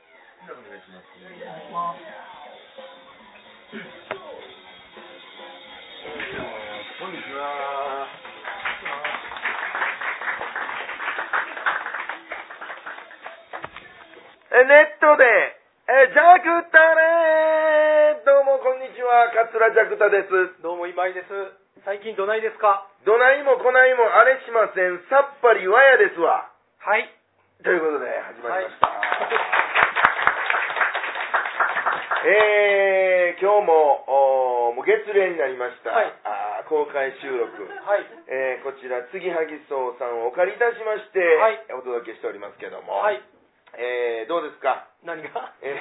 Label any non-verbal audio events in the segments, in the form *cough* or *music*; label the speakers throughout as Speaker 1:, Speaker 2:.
Speaker 1: 願いします。こんにちは。えネットで、え、ジャクタねどうもこんにちは、桂ジャクタです。
Speaker 2: どうも今井です。最近どないですか
Speaker 1: どないもこないもあれしません、さっぱりわやですわ。
Speaker 2: はい。
Speaker 1: ということで、始 *laughs* まりました。
Speaker 2: は
Speaker 1: えー、今日も、おーもう月例になりました。
Speaker 2: はい
Speaker 1: あー公開収録。
Speaker 2: い。
Speaker 1: えーこちら、継ぎはぎ荘さんをお借りいたしまして、
Speaker 2: はい
Speaker 1: お届けしておりますけども、
Speaker 2: はい。
Speaker 1: えーどうですか、
Speaker 2: 何が
Speaker 1: えー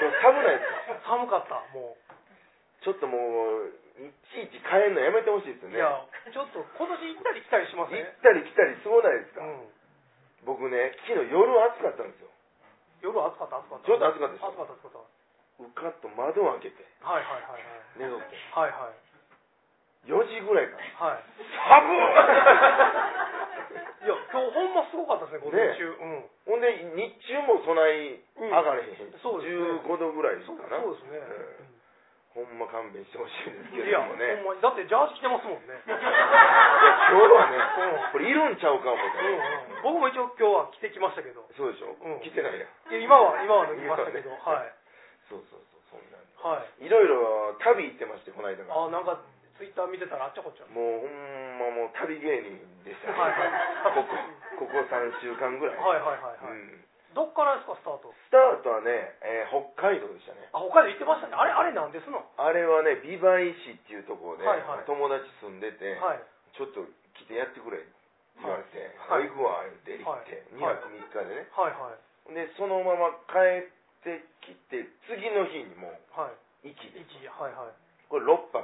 Speaker 1: 今日寒ないですか
Speaker 2: 寒かった、もう。
Speaker 1: ちょっともう、いちいち変えるのやめてほしいです
Speaker 2: い
Speaker 1: ね。
Speaker 2: や
Speaker 1: 行、
Speaker 2: ちょっと今年行ったり来たりしま
Speaker 1: っ
Speaker 2: すね。
Speaker 1: たり来たりすごないです
Speaker 2: う
Speaker 1: か、
Speaker 2: ん。
Speaker 1: 僕ね、昨日夜暑かったんですよ。
Speaker 2: 夜暑かった、暑かった。
Speaker 1: ちょっと暑かったでしょ
Speaker 2: 暑かった、暑かっ
Speaker 1: うかっと窓を開けて、
Speaker 2: た。はいはいはい
Speaker 1: 寝とって。
Speaker 2: はい。はいはい。
Speaker 1: 4時ぐらいから。 *laughs*
Speaker 2: はい。
Speaker 1: 寒
Speaker 2: いや、今日ほんますごかったですね、午前中。うん。
Speaker 1: っ *laughs* ほんで、日中もそない上がれへん。
Speaker 2: そうですね
Speaker 1: 15度ぐらいか
Speaker 2: そう
Speaker 1: な。
Speaker 2: そうですね。
Speaker 1: うんほんま勘弁してほしいんです
Speaker 2: い
Speaker 1: け
Speaker 2: や、
Speaker 1: ど
Speaker 2: ほ
Speaker 1: もね。
Speaker 2: んまに。だってジャージ着てますもん
Speaker 1: *laughs*
Speaker 2: ね。
Speaker 1: いや今日はね
Speaker 2: うん、
Speaker 1: これいるんちゃうか思っ
Speaker 2: うんうん僕も一応今日は着てきましたけど。
Speaker 1: た。そうでしょ
Speaker 2: うん
Speaker 1: 来てないやん。
Speaker 2: いや今は、今は脱ぎましたけど。
Speaker 1: 今は
Speaker 2: は。
Speaker 1: いそうそうそう、そんなんで
Speaker 2: はい。
Speaker 1: いろいろ旅行ってまして、この間が。
Speaker 2: あなんかツイッター見てたらあっちゃこっちゃはい
Speaker 1: もうほんまもう旅芸人でしたね
Speaker 2: はい。
Speaker 1: ここ、ここ3週間ぐらい。
Speaker 2: はいはいはい、
Speaker 1: うん
Speaker 2: どっからですかスタート
Speaker 1: スタートはね、えー北海道でしたね。
Speaker 2: あ北海道行ってましたねあれあれなんですの、
Speaker 1: あれはね、美唄市っていうところで、
Speaker 2: はいはい
Speaker 1: 友達住んでて、
Speaker 2: はい
Speaker 1: ちょっと来てやってくれって言われて、
Speaker 2: は
Speaker 1: あ
Speaker 2: い
Speaker 1: 行くわ、言うて行って、
Speaker 2: はい
Speaker 1: 2泊3日でね。
Speaker 2: はいはい
Speaker 1: でそのまま帰ってきて次の日にもう
Speaker 2: は
Speaker 1: 行
Speaker 2: い
Speaker 1: き
Speaker 2: 一はいはい
Speaker 1: これ6泊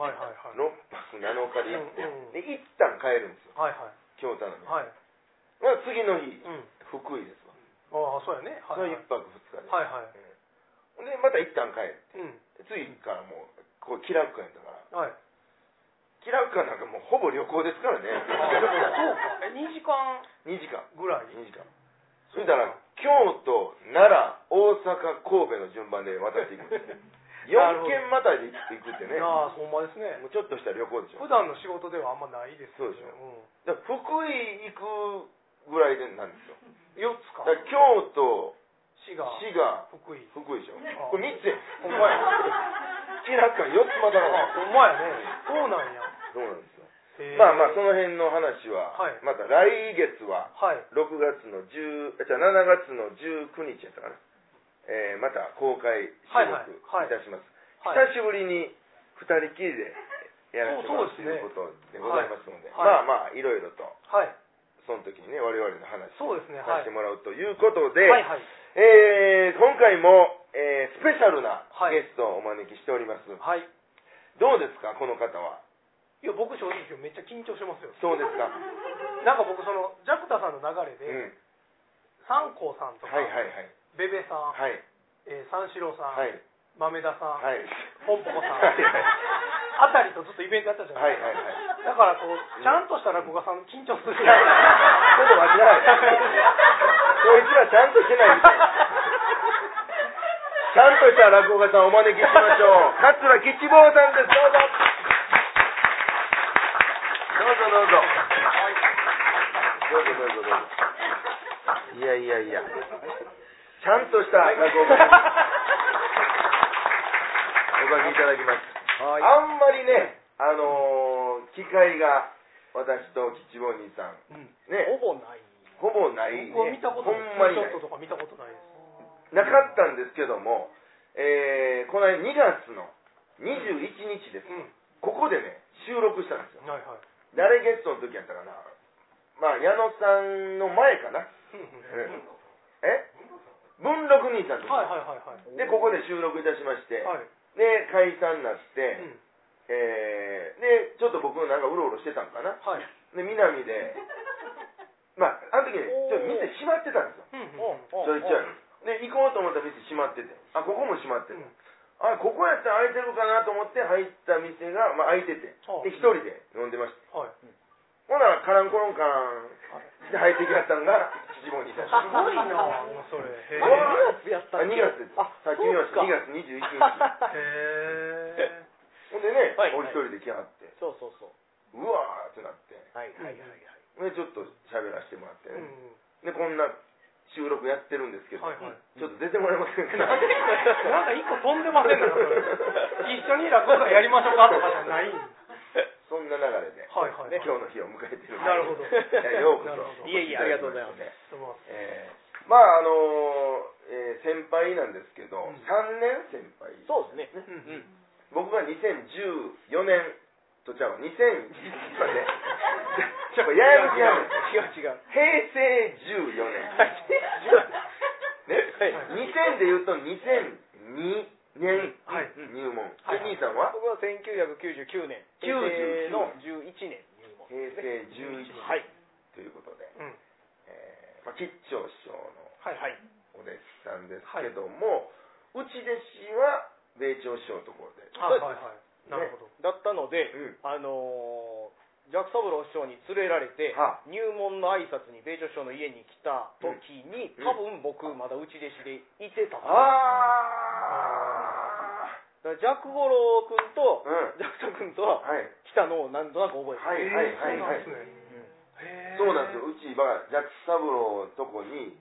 Speaker 2: はいはいはい
Speaker 1: 6泊7日で行って、で
Speaker 2: うんうん
Speaker 1: 一旦帰るんですよ
Speaker 2: はいはい
Speaker 1: 京都なのに、
Speaker 2: はい
Speaker 1: まあ、次の日
Speaker 2: うん
Speaker 1: 福井ですわ、
Speaker 2: ああそうやねはいは
Speaker 1: それ
Speaker 2: い
Speaker 1: 1泊2日で、
Speaker 2: はいは
Speaker 1: でまた一旦帰る
Speaker 2: いうん
Speaker 1: 次からもうこう気楽館やったから
Speaker 2: はい
Speaker 1: 気楽館なんかもうほぼ旅行ですからね
Speaker 2: あでもそうかえ2時間
Speaker 1: 2時間
Speaker 2: ぐらい
Speaker 1: 2時間そしたら京都奈良大阪神戸の順番で渡っていくんですよ
Speaker 2: *laughs* なる
Speaker 1: 4
Speaker 2: ほど
Speaker 1: 県またいで行くってね
Speaker 2: ああほんまですね
Speaker 1: もうちょっとした旅行でしょ
Speaker 2: 普段の仕事ではあんまないです
Speaker 1: そうでしょ
Speaker 2: ん、
Speaker 1: だから福井行くぐらいでなんですよ
Speaker 2: 4つか
Speaker 1: だから京都
Speaker 2: 滋賀
Speaker 1: 滋賀
Speaker 2: 福井
Speaker 1: 福井でしょこれ3つや
Speaker 2: ほんまや
Speaker 1: 気楽館4つまたが
Speaker 2: あほんまやねそうなんや
Speaker 1: そうなんですよ、
Speaker 2: へえ
Speaker 1: まあまあその辺の話は、
Speaker 2: はい
Speaker 1: また来月は
Speaker 2: はい
Speaker 1: 6月の10あじゃあ7月の19日やったかな、えーまた公開収
Speaker 2: はいはい
Speaker 1: 録
Speaker 2: はい
Speaker 1: いたします、
Speaker 2: はい
Speaker 1: 久しぶりに2人きりでやらせてもらうということでございますので、
Speaker 2: はい
Speaker 1: まあまあいろいろと
Speaker 2: はい
Speaker 1: その時にね我々の話
Speaker 2: そうですね
Speaker 1: さ
Speaker 2: はい
Speaker 1: せてもらうということで、
Speaker 2: はいはい
Speaker 1: えー今回も、えースペシャルな
Speaker 2: はい
Speaker 1: ゲストをお招きしております、
Speaker 2: はいい
Speaker 1: どうですかこの方は
Speaker 2: や僕正直めっちゃ緊張してますよ
Speaker 1: そうですか
Speaker 2: なんか僕そのジャクタさんの流れ
Speaker 1: うん
Speaker 2: で、三光さんと
Speaker 1: は
Speaker 2: か、
Speaker 1: いはいはい
Speaker 2: ベベさん、
Speaker 1: はい
Speaker 2: えー三四郎さ
Speaker 1: は
Speaker 2: ん、
Speaker 1: い
Speaker 2: 豆田さん、
Speaker 1: はい
Speaker 2: ポンポコ
Speaker 1: *laughs*
Speaker 2: さん、
Speaker 1: はいはい
Speaker 2: あたりとずっとイベントやったじゃ
Speaker 1: は
Speaker 2: ない
Speaker 1: い
Speaker 2: です
Speaker 1: はいはい
Speaker 2: か、だからこうちゃんとした落語家さん緊張する
Speaker 1: ちょっと待ちなさいこいつらちゃんとしてないみたいちゃんとした落語家さんお招きしまし
Speaker 2: *laughs*
Speaker 1: ょう桂吉坊さんですどうぞどうぞどうぞどうぞどうぞどうぞいやいやいやちゃんとした落語家さんおかけいただきます
Speaker 2: はい
Speaker 1: あんまりねあのー、機会が私と吉坊兄さん
Speaker 2: うん
Speaker 1: ね
Speaker 2: ほぼない
Speaker 1: ほぼない、ね、
Speaker 2: 僕は見たこ
Speaker 1: ほ
Speaker 2: とない
Speaker 1: んまに
Speaker 2: ツー
Speaker 1: な
Speaker 2: ショッ
Speaker 1: い
Speaker 2: トとか見たことないです
Speaker 1: なかったんですけども、えー、この間2月の21日です、
Speaker 2: うん
Speaker 1: ここでね収録したんですよ
Speaker 2: はいはい
Speaker 1: 誰ゲストの時やったかなまあ矢野さんの前かな、
Speaker 2: うんう
Speaker 1: う
Speaker 2: ん
Speaker 1: んえ文禄兄さんの時
Speaker 2: はいはいはいはい
Speaker 1: でここで収録いたしまして、
Speaker 2: はい
Speaker 1: で解散になって、
Speaker 2: うん
Speaker 1: えー、でちょっと僕なんかうろうろしてたんかな
Speaker 2: はい
Speaker 1: で南で
Speaker 2: *laughs*
Speaker 1: まああの時ねちょっと店閉まってたんですよ
Speaker 2: うんうん
Speaker 1: ちょいちょいで行こうと思った店閉まっててあここも閉まって
Speaker 2: う
Speaker 1: る、
Speaker 2: ん
Speaker 1: あここやったら空いてるかなと思って入った店が、まあ、開いててで
Speaker 2: はあ
Speaker 1: 一人で飲んでました
Speaker 2: はい
Speaker 1: ほなカランコロンカランして入ってきはったんが吉ジモニーだし
Speaker 2: すごいな
Speaker 3: も
Speaker 2: それ。へ
Speaker 1: え
Speaker 3: あれ
Speaker 2: え。
Speaker 3: 2月やった
Speaker 1: あ
Speaker 3: っ
Speaker 1: 2
Speaker 3: け
Speaker 1: 月です
Speaker 3: あ
Speaker 1: さっき見ました2月21日
Speaker 2: へえ。
Speaker 1: ほんでね、
Speaker 3: はい
Speaker 1: お一人で来はって
Speaker 3: *laughs* そうそうそう
Speaker 1: うわーってなって
Speaker 3: はいはいはいはい
Speaker 1: でちょっと喋らせてもらって
Speaker 2: うん
Speaker 1: ね、。でこんな収録やってるんですけど、
Speaker 2: はいはい。
Speaker 1: ちょっと出てもらえませんか、
Speaker 2: なんでなんか一個飛んでませんかそれ。一緒に落語会やりましょうかとかじゃない。
Speaker 1: そんな流れで、
Speaker 2: はいはいはい
Speaker 1: ね今日の日を迎えてるんで
Speaker 2: なるほど
Speaker 1: えーようこ
Speaker 2: なる
Speaker 1: そ
Speaker 2: ほど
Speaker 3: いえいえありがとうございます
Speaker 1: ね
Speaker 2: すまん
Speaker 1: えーまああのーえー先輩なんですけど、
Speaker 2: うん
Speaker 1: 3年先輩
Speaker 3: そうですね
Speaker 2: うんうん
Speaker 1: 僕が2014年とちゃうわ2000
Speaker 3: *laughs*
Speaker 1: までちょっとややこしいな
Speaker 3: 違う違う
Speaker 1: 平成14年ね、
Speaker 3: はい
Speaker 1: 2000で言うと2002年
Speaker 2: はい
Speaker 1: 入門、
Speaker 2: はい
Speaker 1: で兄さんは
Speaker 3: 僕は1999年平成の11年入門
Speaker 1: 平成11年
Speaker 3: はい
Speaker 1: ということで、
Speaker 2: うん
Speaker 1: えーまあ、吉兆師匠の
Speaker 3: はいはい
Speaker 1: お弟子さんですけども、うち弟子は米朝師匠のところで、
Speaker 2: はいはいはい。なるほど。
Speaker 3: だったので
Speaker 1: うん
Speaker 3: あのージャック・サブロー師匠に連れられて
Speaker 1: は
Speaker 3: 入門の挨拶に米朝師匠の家に来た時に
Speaker 1: うん
Speaker 3: 多分僕まだうち弟子でいてただか
Speaker 1: ああ
Speaker 3: らジャック・ゴロー君と
Speaker 1: うん
Speaker 3: ジャクソ君とは
Speaker 1: はい
Speaker 3: 来たのをなんとなく覚えて
Speaker 1: はいはいはいはい
Speaker 2: そうなんですね。へえ
Speaker 1: そうなんですよ。うちはジャック・サブローのとこに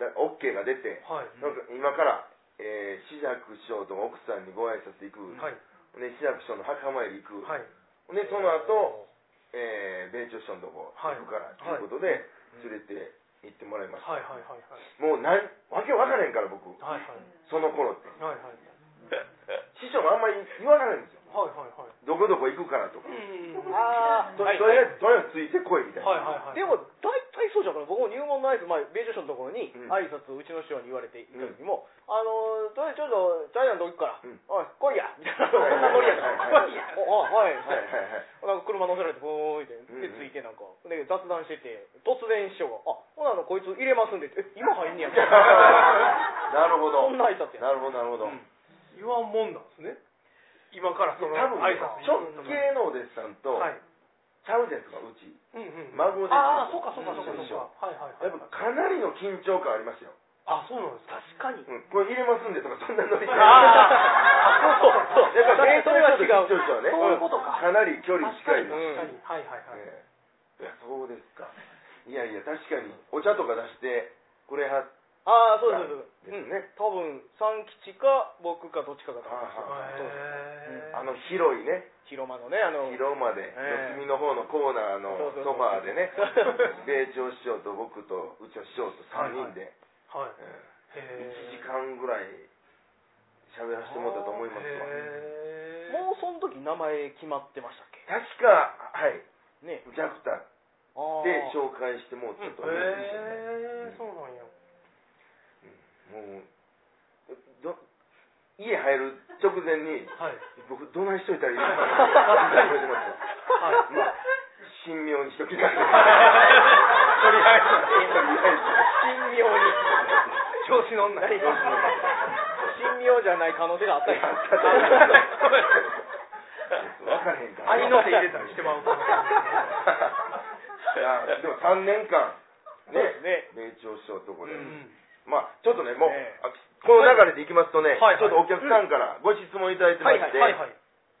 Speaker 1: だ OK が出て、
Speaker 2: はい。
Speaker 1: なんか今から、えー、志らく師匠と奥さんにご挨拶行く、
Speaker 2: はい。
Speaker 1: で志らく師匠の墓参り行く、
Speaker 2: はい。
Speaker 1: でその後、えー、米朝師匠のとこ
Speaker 2: は
Speaker 1: 行
Speaker 2: い
Speaker 1: くからということで、連れて行ってもらいました、
Speaker 2: はいはいはいはい。
Speaker 1: もうなんわけわからへんから僕
Speaker 2: はいはい。
Speaker 1: その頃って
Speaker 2: はいはい。
Speaker 1: 師匠もあんまり言わないんですよ
Speaker 2: はいはいはい。
Speaker 1: どこどこ行くからとか、
Speaker 2: うん。
Speaker 3: ああ
Speaker 1: と
Speaker 3: はい
Speaker 1: とりあえずとりあえずついてこいみたい
Speaker 2: はい
Speaker 1: な、
Speaker 2: はいはい。
Speaker 3: でも大体そうじゃんから僕も入門の挨拶前米朝師匠のところに
Speaker 1: うん
Speaker 3: 挨拶をうちの師匠に言われていた時も「あのーとりあえずちょっとジャイアント行くから、
Speaker 1: うん
Speaker 3: おい来いや」みたいなそんなノリやから
Speaker 1: はい
Speaker 3: 来いや」おおはい」
Speaker 1: はいはいはい
Speaker 3: なんか車乗せられてボーンって
Speaker 1: うん
Speaker 3: でついてなんかで雑談してて突然師匠が「あほなのこいつ入れますんで」って「え今入んねや」
Speaker 1: *laughs*
Speaker 3: みたいな
Speaker 1: なるほど
Speaker 3: そんな挨拶や
Speaker 1: なるほどなるほど、
Speaker 3: うん
Speaker 2: 言わんもんなんですね。今からそ
Speaker 1: 多
Speaker 2: の
Speaker 1: 分
Speaker 2: 挨拶
Speaker 1: 直系のお弟子さんと、
Speaker 2: はい。
Speaker 1: ちゃうじゃないですかうち
Speaker 2: うんうんうん。
Speaker 1: 孫弟子
Speaker 2: ああ、そうかそうかそうかそう
Speaker 1: でしょ
Speaker 2: か。はいはい
Speaker 1: やっ
Speaker 2: はい。
Speaker 1: ぱかなりの緊張感ありましたよ、
Speaker 2: あ、そうなんですか。
Speaker 3: 確かに
Speaker 1: うん、これ入れますんでとかそんなノリで
Speaker 2: あー
Speaker 3: そうそう
Speaker 1: *laughs* やっぱ
Speaker 3: それは違
Speaker 1: 名
Speaker 3: う
Speaker 1: 刀師匠と緊張しちゃうね
Speaker 2: そういうことか
Speaker 1: かなり距離
Speaker 2: 確か
Speaker 1: 近い
Speaker 2: に
Speaker 1: です、
Speaker 2: 確かに。はいはいはい。
Speaker 1: ええいやそうですかいやいや確かにお茶とか出してくれはっ
Speaker 3: ああそうですそうです
Speaker 1: で
Speaker 3: う
Speaker 1: す
Speaker 3: ん
Speaker 1: ね
Speaker 3: 多分三吉か僕かどっちかだと思うんですよ
Speaker 1: あ
Speaker 3: そうです
Speaker 2: へー
Speaker 1: あの広いね
Speaker 3: 広間のねあの
Speaker 1: 広間で
Speaker 3: ええ
Speaker 1: 四つ見の方のコーナーの
Speaker 3: そうそうそ
Speaker 1: ソ
Speaker 3: う
Speaker 1: ファーで
Speaker 3: *laughs*
Speaker 1: ね米朝師匠と僕とうちの師匠と3人で、
Speaker 2: はい。
Speaker 1: ええ
Speaker 2: へ
Speaker 1: 1時
Speaker 2: ー
Speaker 1: 間ぐらい喋らせてもらったと思いますわ
Speaker 2: へー
Speaker 3: もうその時名前決まってましたっけ
Speaker 1: 確かはい
Speaker 3: ね
Speaker 1: ジャクタ
Speaker 3: あー
Speaker 1: で紹介してもうちょっと思うんですよね
Speaker 2: へーそうなんや。
Speaker 1: もうど家入る直前に
Speaker 2: はい。
Speaker 1: 僕どないしと *laughs* いたら
Speaker 3: *laughs*
Speaker 1: いいのかなって言われてましたまあ神妙に
Speaker 3: *laughs*
Speaker 1: しときたいとりあえずとりあ
Speaker 3: 神妙に
Speaker 2: 調子乗んない。
Speaker 3: 神妙じゃない可能性があったり
Speaker 1: あったとえず分からへんから
Speaker 2: 愛の手入れたりしてまうかもし
Speaker 1: *laughs*
Speaker 2: れ
Speaker 1: いやでも3年間
Speaker 3: そうです
Speaker 1: ね
Speaker 3: ね
Speaker 1: 米朝首相とこで、
Speaker 2: ない。うん。
Speaker 1: まあちょっとねもう、
Speaker 3: ええ
Speaker 1: あこの流れでいきますとね、
Speaker 2: はいはい
Speaker 1: ちょっとお客さんからご質問いただいてま
Speaker 2: はい
Speaker 1: して、
Speaker 2: はいはいはい。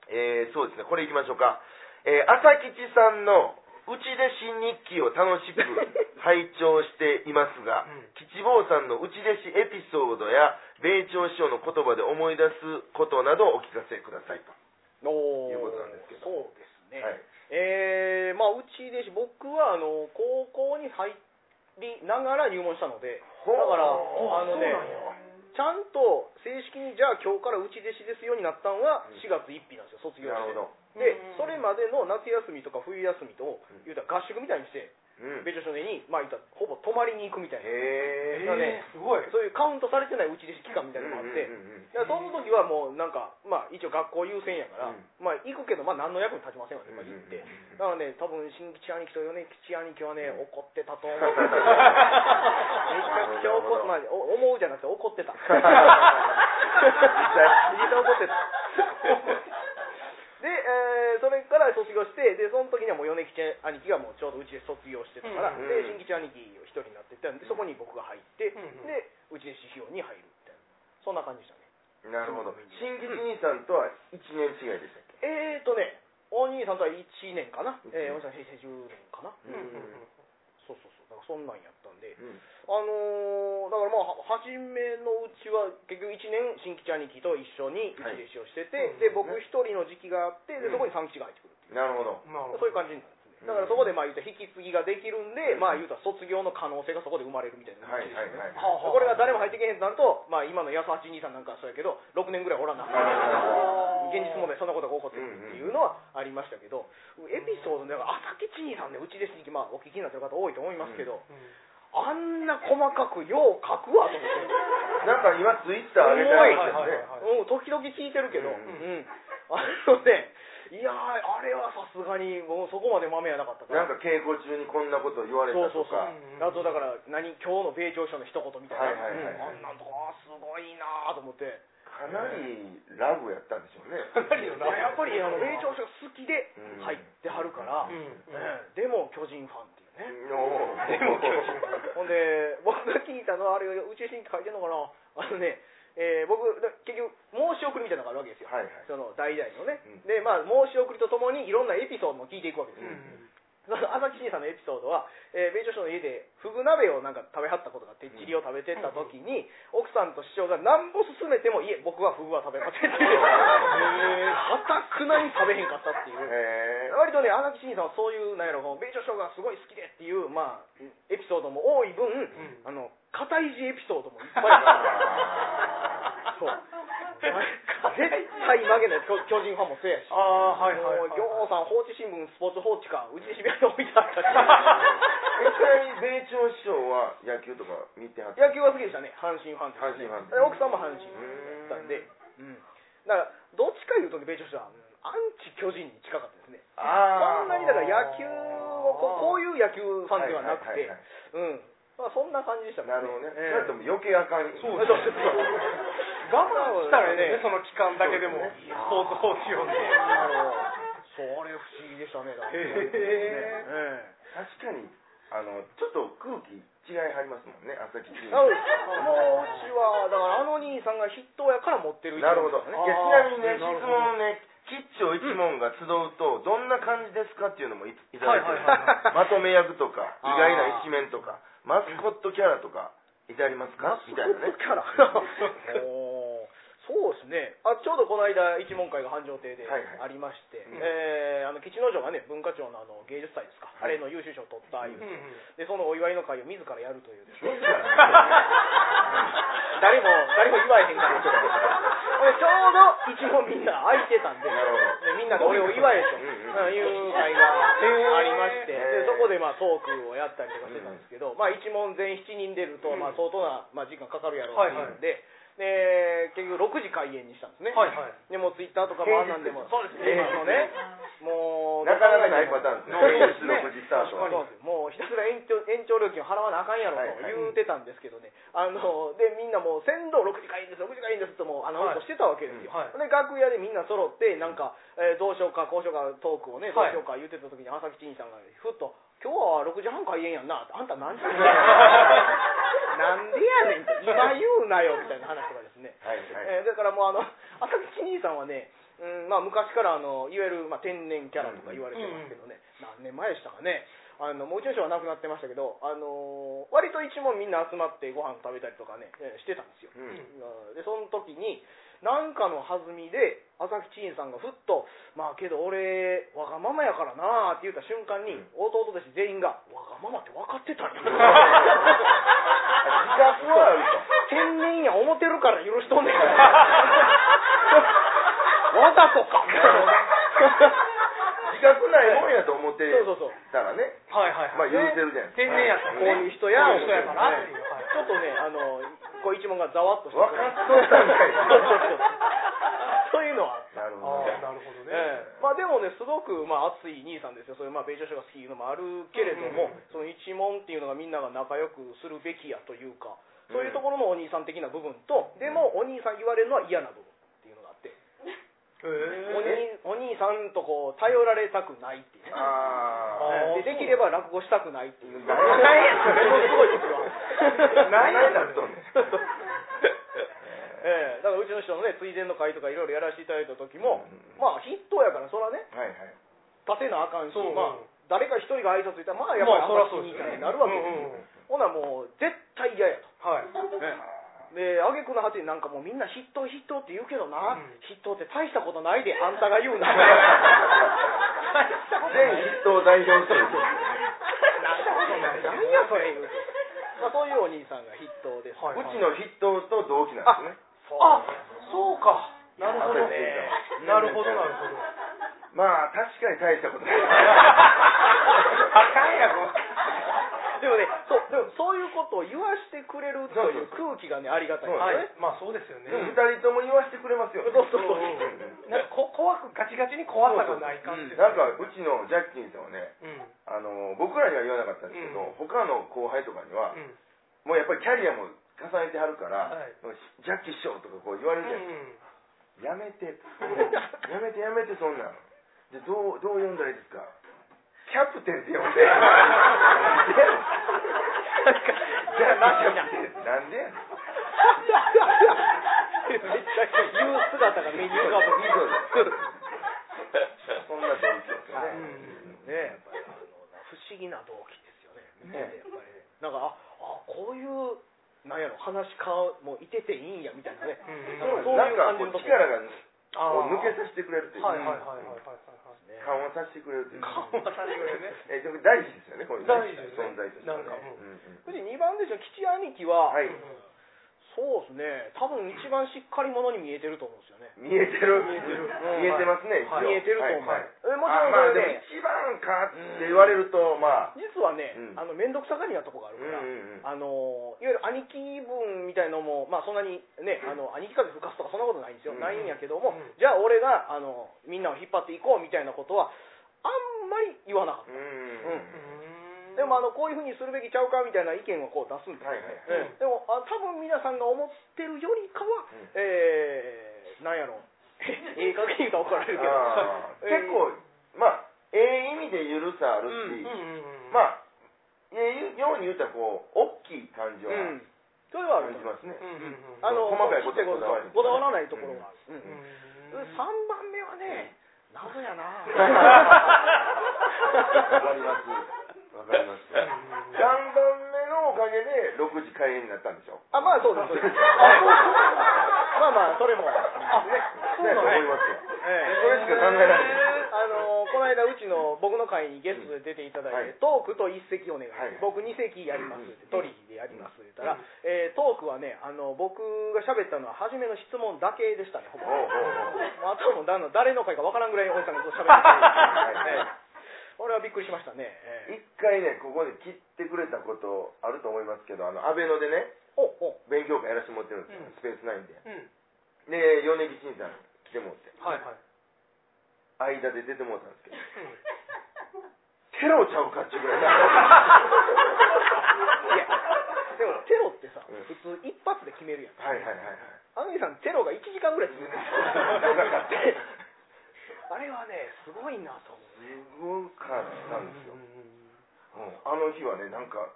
Speaker 1: えーそうですね、これいきましょうか。えー朝吉さんの、うちで新日記を楽しく拝聴していますが、
Speaker 2: *laughs* うん
Speaker 1: 吉坊さんのうち弟子エピソードや、米朝師匠の言葉で思い出すことなどをお聞かせくださいと。
Speaker 3: おー
Speaker 1: いうことなんですけど
Speaker 3: そうですね、
Speaker 1: はい。
Speaker 3: えーまあうち弟子僕はあの高校に入りながら入門したのでだから
Speaker 1: ほう
Speaker 3: あのねちゃんと正式にじゃあ今日からうち弟子ですようになったのは
Speaker 1: うん
Speaker 3: 4月1日なんですよ卒業
Speaker 1: な
Speaker 3: し
Speaker 1: る
Speaker 3: て
Speaker 1: ほど。
Speaker 3: で
Speaker 2: うん
Speaker 3: それまでの夏休みとか冬休みと
Speaker 1: ん
Speaker 3: 言うたら合宿みたいにして
Speaker 1: うん。へ
Speaker 3: 米朝少年にまあ言ったらほぼ泊まりに行くみたいな
Speaker 1: え
Speaker 3: だからね
Speaker 2: えーすごい。
Speaker 3: そういうカウントされてないうち弟子期間みたいなのもあって、だからその時はもうなんか、まあ、一応学校優先やから、
Speaker 1: うん
Speaker 3: まあ、行くけど、まあ、何の役に立ちませんよね、まあ、行って、
Speaker 1: うん
Speaker 3: だからね多分新吉兄貴と米吉兄貴はね怒ってた
Speaker 1: *laughs*
Speaker 3: と思うめちゃくちゃ怒って、まあ、お思うじゃなくて怒って
Speaker 1: *laughs*
Speaker 3: た
Speaker 1: 実際
Speaker 3: めちゃくちゃ怒ってたで、えでそれから卒業してでその時にはもう米吉兄貴がもうちょうどうちで卒業してたから、
Speaker 1: うん
Speaker 3: で新吉兄貴を一人になってたんでそこに僕が入って、
Speaker 2: うん
Speaker 3: でうちで師匠に入るみたいなそんな感じでしたね
Speaker 1: なるほど。新吉兄さんとは1年違いでしたっけ
Speaker 3: えーとねお兄さんとは1年かな、えー、
Speaker 1: うん
Speaker 3: お兄さん平成10年かな、
Speaker 1: うん
Speaker 3: そうそうそうだからそんなんやったんで
Speaker 1: うん。
Speaker 3: あのー、だからまあは初めのうちは結局1年新吉兄貴と一緒にうち
Speaker 1: はい
Speaker 3: で師匠してて、
Speaker 2: うん
Speaker 3: で僕一人の時期があってでそこに三吉が入ってくるっていう
Speaker 1: なるほど。
Speaker 2: なる
Speaker 3: そ
Speaker 2: ほ
Speaker 3: う
Speaker 2: ど
Speaker 3: いう感じになるんですね。だからそこでまあ言うたら引き継ぎができるんで、
Speaker 1: うん
Speaker 3: まあ言うたら卒業の可能性がそこで生まれるみたいな。
Speaker 1: はいはいはい。
Speaker 2: はあはあ
Speaker 3: これが誰も入ってけへんとなると、まあ今の安八兄さんなんかはそうやけど、6年ぐらいおらんな。
Speaker 1: あ
Speaker 3: 現実問題そんなことが起こってくるっていうのはありましたけど、エピソードで、朝吉兄さんでうちですき、まあお聞きになってる方多いと思いますけど、
Speaker 2: う
Speaker 3: あんな細かくよう書くわと思って。
Speaker 1: なんか今ツイッター上げてあ
Speaker 2: んはい
Speaker 1: る
Speaker 2: はい
Speaker 1: んですよね。
Speaker 2: はい
Speaker 3: うん、時々聞いてるけど、
Speaker 1: う
Speaker 3: うんんあのね、いやー、あれはさすがに、もうそこまで豆やなかったから
Speaker 1: なん、か稽古中にこんなこと言われたとか。
Speaker 3: あとだから何今日の米朝書の一言みたいな、
Speaker 1: はいはいはい
Speaker 3: うんあんなんとかあーすごいなーと思って
Speaker 1: かなりラグやったんでしょうね。
Speaker 2: かなり
Speaker 3: い
Speaker 2: のラ
Speaker 3: ややっぱりあの米朝
Speaker 2: う
Speaker 3: 書が好きで
Speaker 1: うん
Speaker 3: 入ってはるから、
Speaker 2: ん
Speaker 3: ねでも巨人ファンっていうね、
Speaker 1: おーでも
Speaker 3: ほんで僕が聞いたのはあれ宇宙神書いてんのかなあのね、えー僕だ結局申し送りみたいなのがあるわけですよ、
Speaker 1: *laughs* はいはい。
Speaker 3: *laughs* その代々のね、
Speaker 1: うん
Speaker 3: でまあ申し送りとともにいろんなエピソードも聞いていくわけですよ、
Speaker 2: うん
Speaker 3: その朝吉兄さんのエピソードは、えー米朝首相の家でフグ鍋をなんか食べはったことがあってっちりを食べてた時に、奥さんと師匠がなんぼ勧めても「いえ僕はフグは食べません」って言って *laughs* かたくなに食べへんかったっていう
Speaker 1: へー
Speaker 3: 割とね朝吉兄さんはそういうなんやろこの米朝首相がすごい好きでっていう、まあ、エピソードも多い分、あの片いじエピソードもいっぱいあるそう絶対曲げない巨巨人ファンもそうやし
Speaker 2: ああはいはい
Speaker 3: もう
Speaker 2: はい
Speaker 3: 行さん放置新聞スポーツ放置かうちに渋谷に置いてあ
Speaker 2: *laughs*
Speaker 3: ったし
Speaker 1: えちなみに米朝師匠は野球とか見てはった
Speaker 3: 野球は好きでしたね阪神ファン
Speaker 1: 阪
Speaker 3: ですね
Speaker 1: 神ファン
Speaker 3: で奥さんも阪神だったんでうんだからどっちかいうとね米朝氏はうんアンチ巨人に近かったですね
Speaker 1: ああ
Speaker 3: そんなにだから野球をこうこういう野球ファンではなくてうんまあそんな感じでした
Speaker 1: なるほどね、
Speaker 3: え
Speaker 1: それだと
Speaker 3: え
Speaker 1: もう余計あかん
Speaker 2: そう
Speaker 3: そうそうそう
Speaker 2: 我慢したらねその期間だけでも
Speaker 1: そう
Speaker 2: スポーツ報知をね
Speaker 3: あのそれ不思議でしたねだから
Speaker 2: へ
Speaker 3: ねええ
Speaker 1: 確かにあのちょっと空気違いはりますもんね朝吉
Speaker 3: なるもううちはだからあの兄さんが筆頭やから持ってる
Speaker 1: なるほど、
Speaker 3: ね
Speaker 1: いやちなみにね
Speaker 2: あーなる
Speaker 1: 質
Speaker 2: ほど
Speaker 1: 問ね吉兆一門が集うとどんな感じですかっていうのもいいただいてる、
Speaker 2: はいはい
Speaker 1: *laughs* まとめ役とか意
Speaker 3: あー
Speaker 1: 外な一面とかマスコットキャラとかいただりますかみたいなね
Speaker 3: からおー *laughs* そうですねあちょうどこの間一門会が繁盛亭で
Speaker 1: はい
Speaker 3: あ
Speaker 1: はい
Speaker 3: りまして、
Speaker 1: うん
Speaker 3: えーあの吉之丞がね文化庁のあの芸術祭ですか、
Speaker 1: はい
Speaker 3: あれの優秀賞を取ったああいう
Speaker 2: うんうん
Speaker 3: でそのお祝いの会を自らやるというですね
Speaker 1: *laughs* 自ら
Speaker 3: 誰も誰も言わへん
Speaker 1: *laughs*
Speaker 3: からほんでちょうど一門みんな空いてたんで
Speaker 1: なるほど
Speaker 3: でみんなで俺を祝えと
Speaker 1: うんうん
Speaker 3: いう会がありまして、
Speaker 1: へー
Speaker 3: でそこでまあトークをやったりとかしてたんですけど、まあ、一問全員7人出ると
Speaker 2: うん
Speaker 3: まあ相当なまあ時間かかるやろうっていうんで、で結局6時開演にしたんですね、
Speaker 2: はいはい
Speaker 3: でもうツイッターとかもあんなんでも
Speaker 1: 平
Speaker 3: そう
Speaker 1: 日
Speaker 3: です
Speaker 1: です
Speaker 3: ね
Speaker 1: よ
Speaker 3: 今のねもう
Speaker 1: なかなかないパターンですね
Speaker 3: そうですね
Speaker 1: 平日6時スタートは
Speaker 3: そうですもうひたすら延長延長料金を払わなあかんやろと
Speaker 1: はいはい
Speaker 3: 言うてたんですけどね、あのでみんなもう船頭6時開演です6時開演ですってもうアナウンスしてたわけですよ、
Speaker 2: はい
Speaker 3: で楽屋でみんな揃ってなんか、えーどうしようかこうしようかトークをねどう
Speaker 2: はい
Speaker 3: しようか言ってた時に朝吉兄さんがふっと「今日は6時半開演やんな」あんた何時になんでやねん」って「今言うなよ」みたいな話とかですね
Speaker 1: はいはい、
Speaker 3: えーだからもうあの赤口兄さんはね、うんまあ、昔からあのいわゆる、まあ、天然キャラとか言われてますけどね、何年前でしたかねあのもううちの師匠は亡くなってましたけど、あのー割と一問みんな集まってご飯食べたりとかねえーしてたんですよ、
Speaker 1: うん
Speaker 3: でその時になんかの弾みで朝吉兄さんがふっと「まあけど俺わがままやからな」って言った瞬間に、
Speaker 1: うん
Speaker 3: 弟弟子全員が「わがままって分かってたんや」
Speaker 1: 自覚はある
Speaker 3: *laughs*
Speaker 1: と
Speaker 3: 天然や思てるから許しと
Speaker 1: *laughs*
Speaker 3: んねんわざとか
Speaker 1: *laughs* 自覚ないもんやと思って
Speaker 3: そうそうそう
Speaker 1: たらね
Speaker 2: はいはいは
Speaker 1: まあ
Speaker 2: い
Speaker 1: 言うてるじゃないですか
Speaker 2: 天然やった
Speaker 3: こう
Speaker 2: らね
Speaker 3: いう人や
Speaker 2: こういう人やから
Speaker 3: はいちょっとねあのこう一門がざわっとして
Speaker 1: 分かっとったんかい
Speaker 3: そうそうそうそういうのは
Speaker 1: なる
Speaker 2: あ
Speaker 1: ほど
Speaker 2: あなるほどね
Speaker 3: ええまあでもねすごくまあ熱い兄さんですよそういうまあ米朝書が好きいうのもあるけれども、
Speaker 1: うん
Speaker 3: その一門っていうのがみんなが仲良くするべきやというかそういうところのお兄さん的な部分と、でもお兄さん言われるのは嫌な部分っていうのがあってお兄お兄さんとこう頼られたくないっていうね
Speaker 1: ああ。
Speaker 3: でできれば落語したく *laughs* ないっていう。
Speaker 1: 何や。
Speaker 2: それ
Speaker 3: ものすごいですわ *laughs*
Speaker 1: 何やねんそれ
Speaker 3: ええだからうちの人のね、追善の会とかいろいろやらせていただいた時も、まあ筆頭やから、そらね、
Speaker 1: はいはい。
Speaker 3: 立てなあかんし、
Speaker 2: そう
Speaker 3: まあ、誰か一人が挨拶いたら、まあやっ
Speaker 2: まあ、そりゃ
Speaker 3: ぱ
Speaker 2: そう
Speaker 3: り
Speaker 2: です
Speaker 3: 朝日に行かな
Speaker 2: よ
Speaker 3: い
Speaker 2: ね。
Speaker 3: なるわけですよ、
Speaker 2: うんうんうん
Speaker 3: ほなもう、絶対嫌やと。
Speaker 2: はい。
Speaker 3: で、挙句の果てになんかもうみんな筆頭筆頭って言うけどな、
Speaker 2: うん
Speaker 3: 筆頭って大したことないで、あんたが言うな。 *laughs* 大したことない
Speaker 1: 全筆頭を代表してる。
Speaker 3: なんだそんな何やそれ言うて。まあ、そういうお兄さんが筆頭です。
Speaker 2: はいう
Speaker 1: ちの筆頭と同期なんですね。
Speaker 2: あ、そうか。な
Speaker 3: *laughs*
Speaker 2: るほどね。なるほど、なるほど。
Speaker 1: まあ、確かに大したこと
Speaker 2: *laughs*
Speaker 1: ない。
Speaker 2: あかんやろ。
Speaker 3: でもね、そう、でもそういうことを言わしてくれるという空気がね、ありがたい
Speaker 2: はい
Speaker 3: で。
Speaker 2: まあ、そうですよね
Speaker 1: で。も二人とも言わせてくれますよね。
Speaker 3: そうそうそう
Speaker 2: なんかこ怖くガチガチに怖さがない感じですね
Speaker 1: なんか、うちのジャッキーさんはね、
Speaker 2: うん
Speaker 1: あの、僕らには言わなかったんですけど、他の後輩とかには、
Speaker 2: うん
Speaker 1: もうやっぱりキャリアも重ねてはるから、
Speaker 2: はい
Speaker 1: ジャッキー師匠とかこう言われるじゃないですか。やめて、やめてやめてそんなん。で、どう、どう読んだらいいですかキャプテンって呼んで。
Speaker 3: めっちゃ言う姿が
Speaker 1: じゃあ、キャプテンなんでやねん。
Speaker 3: 目に浮かぶ。
Speaker 1: そんな同期ですよ
Speaker 2: うん
Speaker 1: *laughs* ね。
Speaker 3: ね、やっぱりあの不思議な動機ですよね。見ててやっぱりね。なんか、あ、あこういう、なんやろ、話し家もいてていいんや、みたいなね。
Speaker 2: うん
Speaker 3: そうそう
Speaker 1: ないん
Speaker 3: う
Speaker 1: か
Speaker 3: 感じの
Speaker 1: こう
Speaker 3: とこ
Speaker 1: 力がね
Speaker 2: あ
Speaker 1: こう
Speaker 2: ー
Speaker 1: 抜けさせてくれるというか、
Speaker 2: はいはいはいはいはいはい
Speaker 3: ね
Speaker 1: 緩和させてくれるというか、
Speaker 2: 緩和させてくれるね
Speaker 1: えでも大事ですよね、こういうね
Speaker 2: 大事ですね
Speaker 1: 存在として、ね。
Speaker 2: なんかもう
Speaker 1: うんうん
Speaker 3: それで2番でしょ、吉兄貴は、
Speaker 1: はい、
Speaker 3: そうですね、多分一番しっかり者に見えてると思うんですよね。
Speaker 1: 見えてる、
Speaker 2: 見えてる
Speaker 1: 見えてますね、
Speaker 2: はい
Speaker 1: 一応
Speaker 3: 見えてると思う。
Speaker 1: はいはい
Speaker 3: えもち
Speaker 1: あ
Speaker 3: ろん
Speaker 1: まあ
Speaker 3: それ
Speaker 1: でも
Speaker 3: で、
Speaker 1: 一番かって言われると、まあ、
Speaker 3: 実はね、
Speaker 1: うん
Speaker 3: あの面倒くさがりなとこがあるから、
Speaker 1: うんうんうん
Speaker 3: あのいわゆる兄貴分みたいのも、まあ、そんなにね、あの兄貴風吹かすとかそんなことないんですよ、
Speaker 1: うん
Speaker 3: ないんやけども、
Speaker 2: うん
Speaker 3: じゃあ俺があのみんなを引っ張っていこうみたいなことはあんまり言わなかった、
Speaker 1: うん
Speaker 3: でもあ
Speaker 2: の
Speaker 3: のこういうふうにするべきちゃうかみたいな意見をこう出すんですよ、
Speaker 1: はいはい
Speaker 3: ええでもあ多分皆さんが思ってるよりかは、
Speaker 1: うん
Speaker 3: えー、なん *laughs* やろええ加減言うたら怒られるけど
Speaker 1: あー
Speaker 3: *laughs* ええ
Speaker 1: 結構まあええ意味で緩さあるし、
Speaker 3: うん
Speaker 2: あ
Speaker 1: まあええように言うたらこう大きい感じは
Speaker 3: うん、それはあ
Speaker 1: 感
Speaker 3: る
Speaker 1: じ
Speaker 3: と思う
Speaker 1: ますね、
Speaker 2: うんうんうん
Speaker 3: あの
Speaker 1: 細かいことはこだわり
Speaker 3: こだわらないところがある、うん
Speaker 2: う
Speaker 3: 3
Speaker 2: ん
Speaker 3: 番目はね、謎やな
Speaker 1: わかりますわかります3番目のおかげで6時開演になったんでしょ
Speaker 3: あまあそうで
Speaker 1: *laughs*
Speaker 3: すそうですあそうそうまあまあそれもあ
Speaker 1: ね
Speaker 2: そうなの
Speaker 1: と思いますよ、
Speaker 3: ええ
Speaker 1: それしか考えられない
Speaker 3: あのこの間うちの僕の会にゲストで出ていただ
Speaker 1: はいい
Speaker 3: て、トークと一席お願い、
Speaker 1: はい
Speaker 3: 僕二席やりますって、
Speaker 1: うん
Speaker 3: トリでやりますって言ったら、えートークはねあの僕が喋ったのは初めの質問だけでしたねほぼ
Speaker 1: おうおう
Speaker 3: もうあとはもうだんだん誰の会かわからんぐらいおじさんがこう喋って
Speaker 1: はい
Speaker 3: て、俺はびっくりしましたね、ええ
Speaker 1: 一回ねここで切ってくれたことあると思いますけどあのアベノでね
Speaker 3: おお
Speaker 1: 勉強会やらせてもらってるんですよ、
Speaker 2: うん
Speaker 1: スペースナインで
Speaker 2: うん
Speaker 1: で米木新さん来てもらって
Speaker 2: はいはい
Speaker 1: 間で出てもらったんですけど
Speaker 2: うん
Speaker 1: テロちゃうかっちゅう
Speaker 3: *laughs*
Speaker 1: ぐらい
Speaker 3: いやでもテロってさ、
Speaker 1: うん
Speaker 3: 普通一発で決めるやん
Speaker 1: はいはいはいはい
Speaker 3: あの兄さんテロが1時間ぐらい続く
Speaker 1: 長かった
Speaker 3: *laughs* あれはねすごいなと思う
Speaker 1: すごかったんですよ、
Speaker 2: うんうん
Speaker 1: うんあの日はねなんか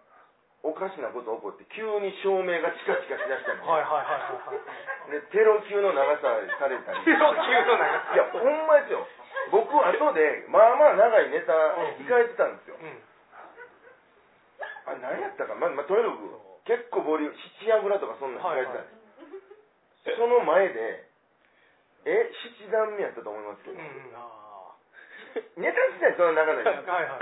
Speaker 1: おかしなこと起こって急に照明がチカチカしだした
Speaker 2: う
Speaker 1: り
Speaker 2: んはいはいはいはいはい
Speaker 1: でテロ級の長さされたり
Speaker 2: テロ級の長さ
Speaker 1: いやほんまですよ僕後でまあまあ長いネタ控えてたんですよ、
Speaker 2: うん
Speaker 1: あれ何やったかまあ、まあ、とにかく結構ボリューム七櫓とかそんなん控えてたんです、その前でえ七段目やったと思いますけど、
Speaker 2: うんうん
Speaker 3: あ
Speaker 1: ネタ自体そんな長ないじゃないですか
Speaker 2: はいはい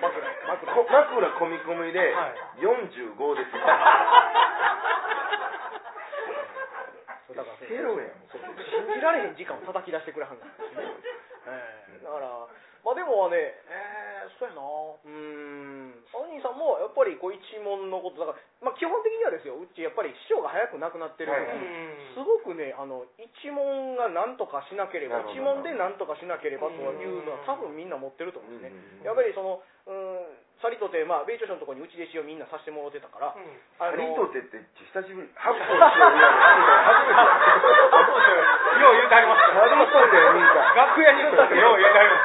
Speaker 1: 枕こ枕込み込みで
Speaker 2: はい
Speaker 1: 45ですよ、
Speaker 3: ーだから
Speaker 1: テロやん
Speaker 3: そう信じられへん時間を叩き出してくれはんねん、えーだからまあでもねえー、そうやなうーんお兄さんもやっぱりこう一門のことだから、まあ、基本的にはですようちやっぱり師匠が早く亡くなってる
Speaker 1: はい
Speaker 2: うん
Speaker 3: すごくね、あの一問が何とかしなけれ
Speaker 1: な
Speaker 3: ば、
Speaker 1: るほ
Speaker 3: 一問
Speaker 1: ど
Speaker 3: で何とかしなければというのは多
Speaker 2: う、ん
Speaker 3: 分みんな持ってると思うんですね。
Speaker 1: うん
Speaker 3: やっぱりその、うん、さりとて、まあ、米朝書のところに内弟子をみんなさせてもらってたから、
Speaker 2: うん
Speaker 3: あの
Speaker 1: リトテって久しぶり。ハブトテ。
Speaker 2: あそうですよよう言うてありました
Speaker 1: ハブトテみんな。
Speaker 2: 楽屋にいるときよう言うてありま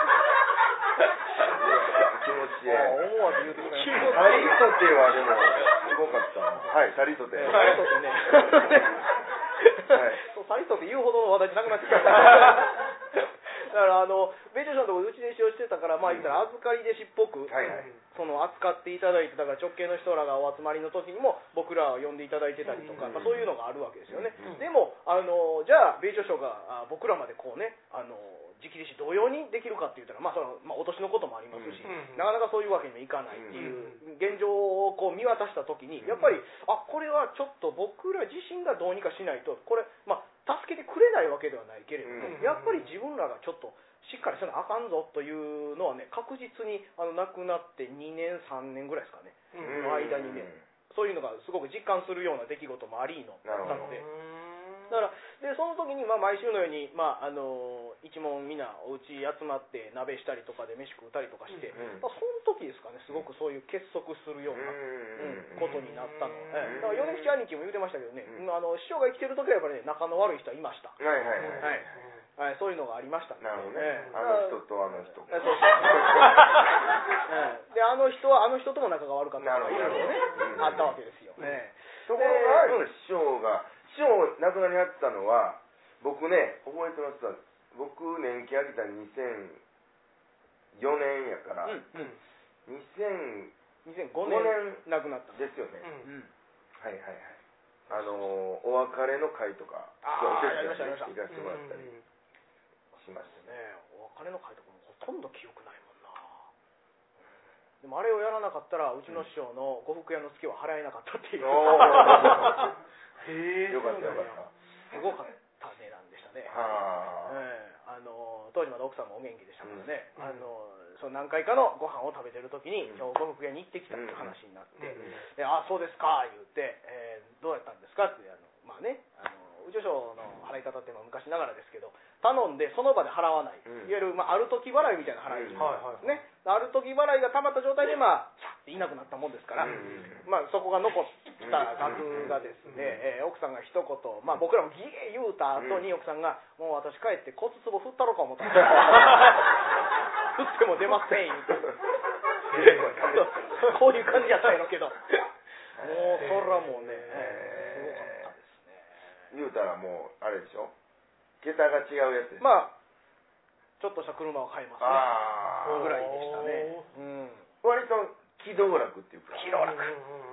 Speaker 1: 気持ちい
Speaker 3: あ
Speaker 1: い。ハ
Speaker 3: 思わず言うてしまいました
Speaker 1: リトテはでもすごかった。はい、サリトテ。
Speaker 3: サリトってね、
Speaker 1: はい
Speaker 3: そうサリトって言うほどの話題じゃなくなってきた
Speaker 1: *laughs*
Speaker 3: だからあの米朝書のところで内弟子をしてたからまあ言ったら預かり弟子っぽく、
Speaker 1: はいはい。
Speaker 3: その扱っていただいてだから直系の人らがお集まりの時にも僕らを呼んでいただいてたりとか、
Speaker 1: うん
Speaker 3: まあ、そういうのがあるわけですよね、
Speaker 1: うん
Speaker 3: でもあのじゃあ米朝書があ僕らまでこうねあの直弟子同様にできるかって言ったら、まあそのまあ、お年のこともありますし、
Speaker 2: うん
Speaker 3: なかなかそういうわけにもいかないっていう現状をこう見渡した時にやっぱりあこれはちょっと僕ら自身がどうにかしないとこれ、まあ、助けてくれないわけではないけれども、
Speaker 1: うん
Speaker 3: やっぱり自分らがちょっとしっかりせなあかんぞというのはね確実にあの亡くなって2年3年ぐらいですかね
Speaker 2: すうん
Speaker 3: の間にねそういうのがすごく実感するような出来事もありの
Speaker 1: なるほ
Speaker 3: な
Speaker 1: ど
Speaker 3: ので。
Speaker 2: うん
Speaker 3: だからでその時に、まあ、毎週のように、まああの一問みんなお家集まって鍋したりとかで飯食うたりとかして、
Speaker 1: うん
Speaker 3: まあ、その時ですかねすごくそういう結束するような、うんことになったの、ええだから米吉兄貴も言ってましたけどね、
Speaker 1: うん
Speaker 3: あの師匠が生きてる時はやっぱり、ね、仲の悪い人はいました、
Speaker 1: はいはいは
Speaker 3: はい
Speaker 1: い。
Speaker 3: はい、そういうのがありました
Speaker 1: なるほどね
Speaker 3: ええ。
Speaker 1: あの人とあの人。
Speaker 3: えそう
Speaker 1: *laughs*
Speaker 3: そうええであの人はあの人とも仲が悪かったとかいろいろね
Speaker 1: なるほ
Speaker 3: あったわ
Speaker 1: ど
Speaker 3: けですよ、
Speaker 2: うん
Speaker 3: ええ
Speaker 1: ところが、その師匠が、師匠亡くなりはったのは、僕ね、覚えてますわ僕、年季あげた2004年やから、
Speaker 3: うん
Speaker 1: 2000
Speaker 2: うん
Speaker 3: 2005
Speaker 1: 5
Speaker 3: 年亡くなった
Speaker 1: ですよね。
Speaker 2: うん
Speaker 3: うん
Speaker 1: はいはいはい。あのー、お別れの会とか、
Speaker 3: あー
Speaker 1: お手
Speaker 3: やり
Speaker 1: 伝い
Speaker 3: ましたやりました
Speaker 1: 行かせてもらったりしましたね。
Speaker 3: ねお別れの会とかもほとんど記憶ないもんなでもあれをやらなかったらうちの師匠の呉服屋の付けは払えなかったっていう、
Speaker 1: お
Speaker 2: へえ
Speaker 1: よ
Speaker 3: *laughs*
Speaker 1: かったよかっ
Speaker 3: すごかった値段でしたね
Speaker 1: た。はあ。
Speaker 3: ええあの当時まだ奥さんもお元気でしたからね、
Speaker 2: うん
Speaker 3: あのその何回かのご飯を食べてる時に
Speaker 1: うん
Speaker 3: 今日呉服屋に行ってきたっていう話になって、
Speaker 2: うん
Speaker 3: であそうですか言って、えーどうやったんですかってあのまあねあの宇宙賞の払い方っていうのは昔ながらですけど頼んでその場で払わない、
Speaker 1: うん
Speaker 3: いわゆる、まあ、ある時払いみたいな払いです
Speaker 1: うん
Speaker 2: はいはい
Speaker 3: ね、ある時払いが溜まった状態でまあさっていなくなったもんですから、
Speaker 1: うん
Speaker 3: まあ、そこが残った額がですね、えー奥さんが一言、まあ、僕らもギー言うた後に奥さんが「もう私帰って骨壺振ったろか思
Speaker 1: *laughs*
Speaker 3: った」振っても出ません」言うてこういう感じやったんやろけどもうそらもうね、えーすごかったですね
Speaker 1: 言うたらもう、あれでしょ桁が違うやつでしょ
Speaker 3: まあちょっとした車を買いますね
Speaker 1: あー
Speaker 3: ぐらいでしたねうん
Speaker 1: 割と気道楽っていうか
Speaker 3: 気道楽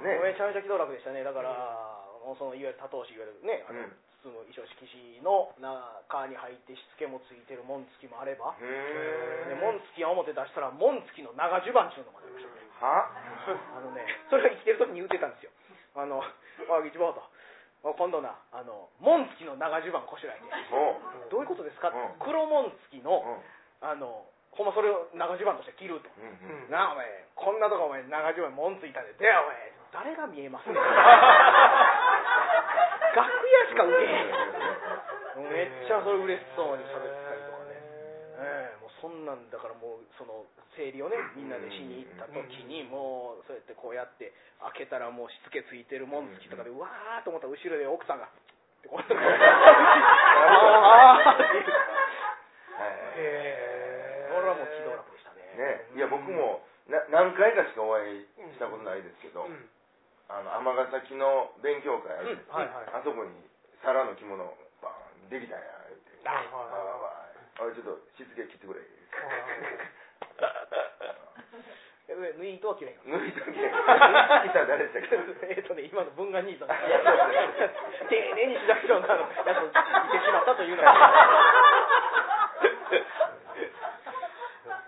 Speaker 1: ね
Speaker 3: めちゃめちゃ気道楽でしたねだから、もうそのいわゆる多頭市いわゆるねあ
Speaker 1: う
Speaker 3: の、
Speaker 1: ん
Speaker 3: 包む衣装色紙の中に入ってしつけもついてる紋付きもあれば、で紋付きは表出したら紋付きの長襦袢っていうのもありましたね
Speaker 1: は
Speaker 3: あのねそれは生きてる時に言うてたんですよあの「あ一番と今度なあの紋付きの長襦袢こしらえて
Speaker 1: おう
Speaker 3: どういうことですか?」って
Speaker 1: うん
Speaker 3: 黒紋付き
Speaker 1: う
Speaker 3: の
Speaker 1: ん
Speaker 3: あのほんまそれを長襦袢として着ると
Speaker 1: うんうん
Speaker 3: なあお前こんなとこお前長襦袢門ついたんで出やお前誰が見え *laughs* ますねん楽屋しか受けへんよめっちゃそれ嬉しそうに喋ってたりとかね、ええもうそんなんだからもうその整理をねみんなでしに行った時にもうそうやってこうやって開けたらもうしつけついてる門付きとかでうわーと思ったら後ろで奥さんがってこうや *laughs* って「ああ」っていう
Speaker 1: はい
Speaker 2: へえ
Speaker 3: 俺はもう気道楽でしたね
Speaker 1: ねいや僕もな何回かしかお会いしたことないですけ
Speaker 2: う
Speaker 1: ど
Speaker 2: ん
Speaker 1: あの尼崎の勉強会あるじゃない
Speaker 2: うんはい
Speaker 1: ですかあそこに皿の着物バーンできたんや言うて
Speaker 2: はいはい
Speaker 1: わーわーわーあちょっとしつけ切ってくれ
Speaker 3: え縫い糸は切
Speaker 1: *laughs*
Speaker 3: れへんかった
Speaker 1: 脱いとけ脱いときたら誰でしたっけ
Speaker 3: えっとね、今の文化兄さんが丁寧にしなくちゃなのやつを見てしまったというのが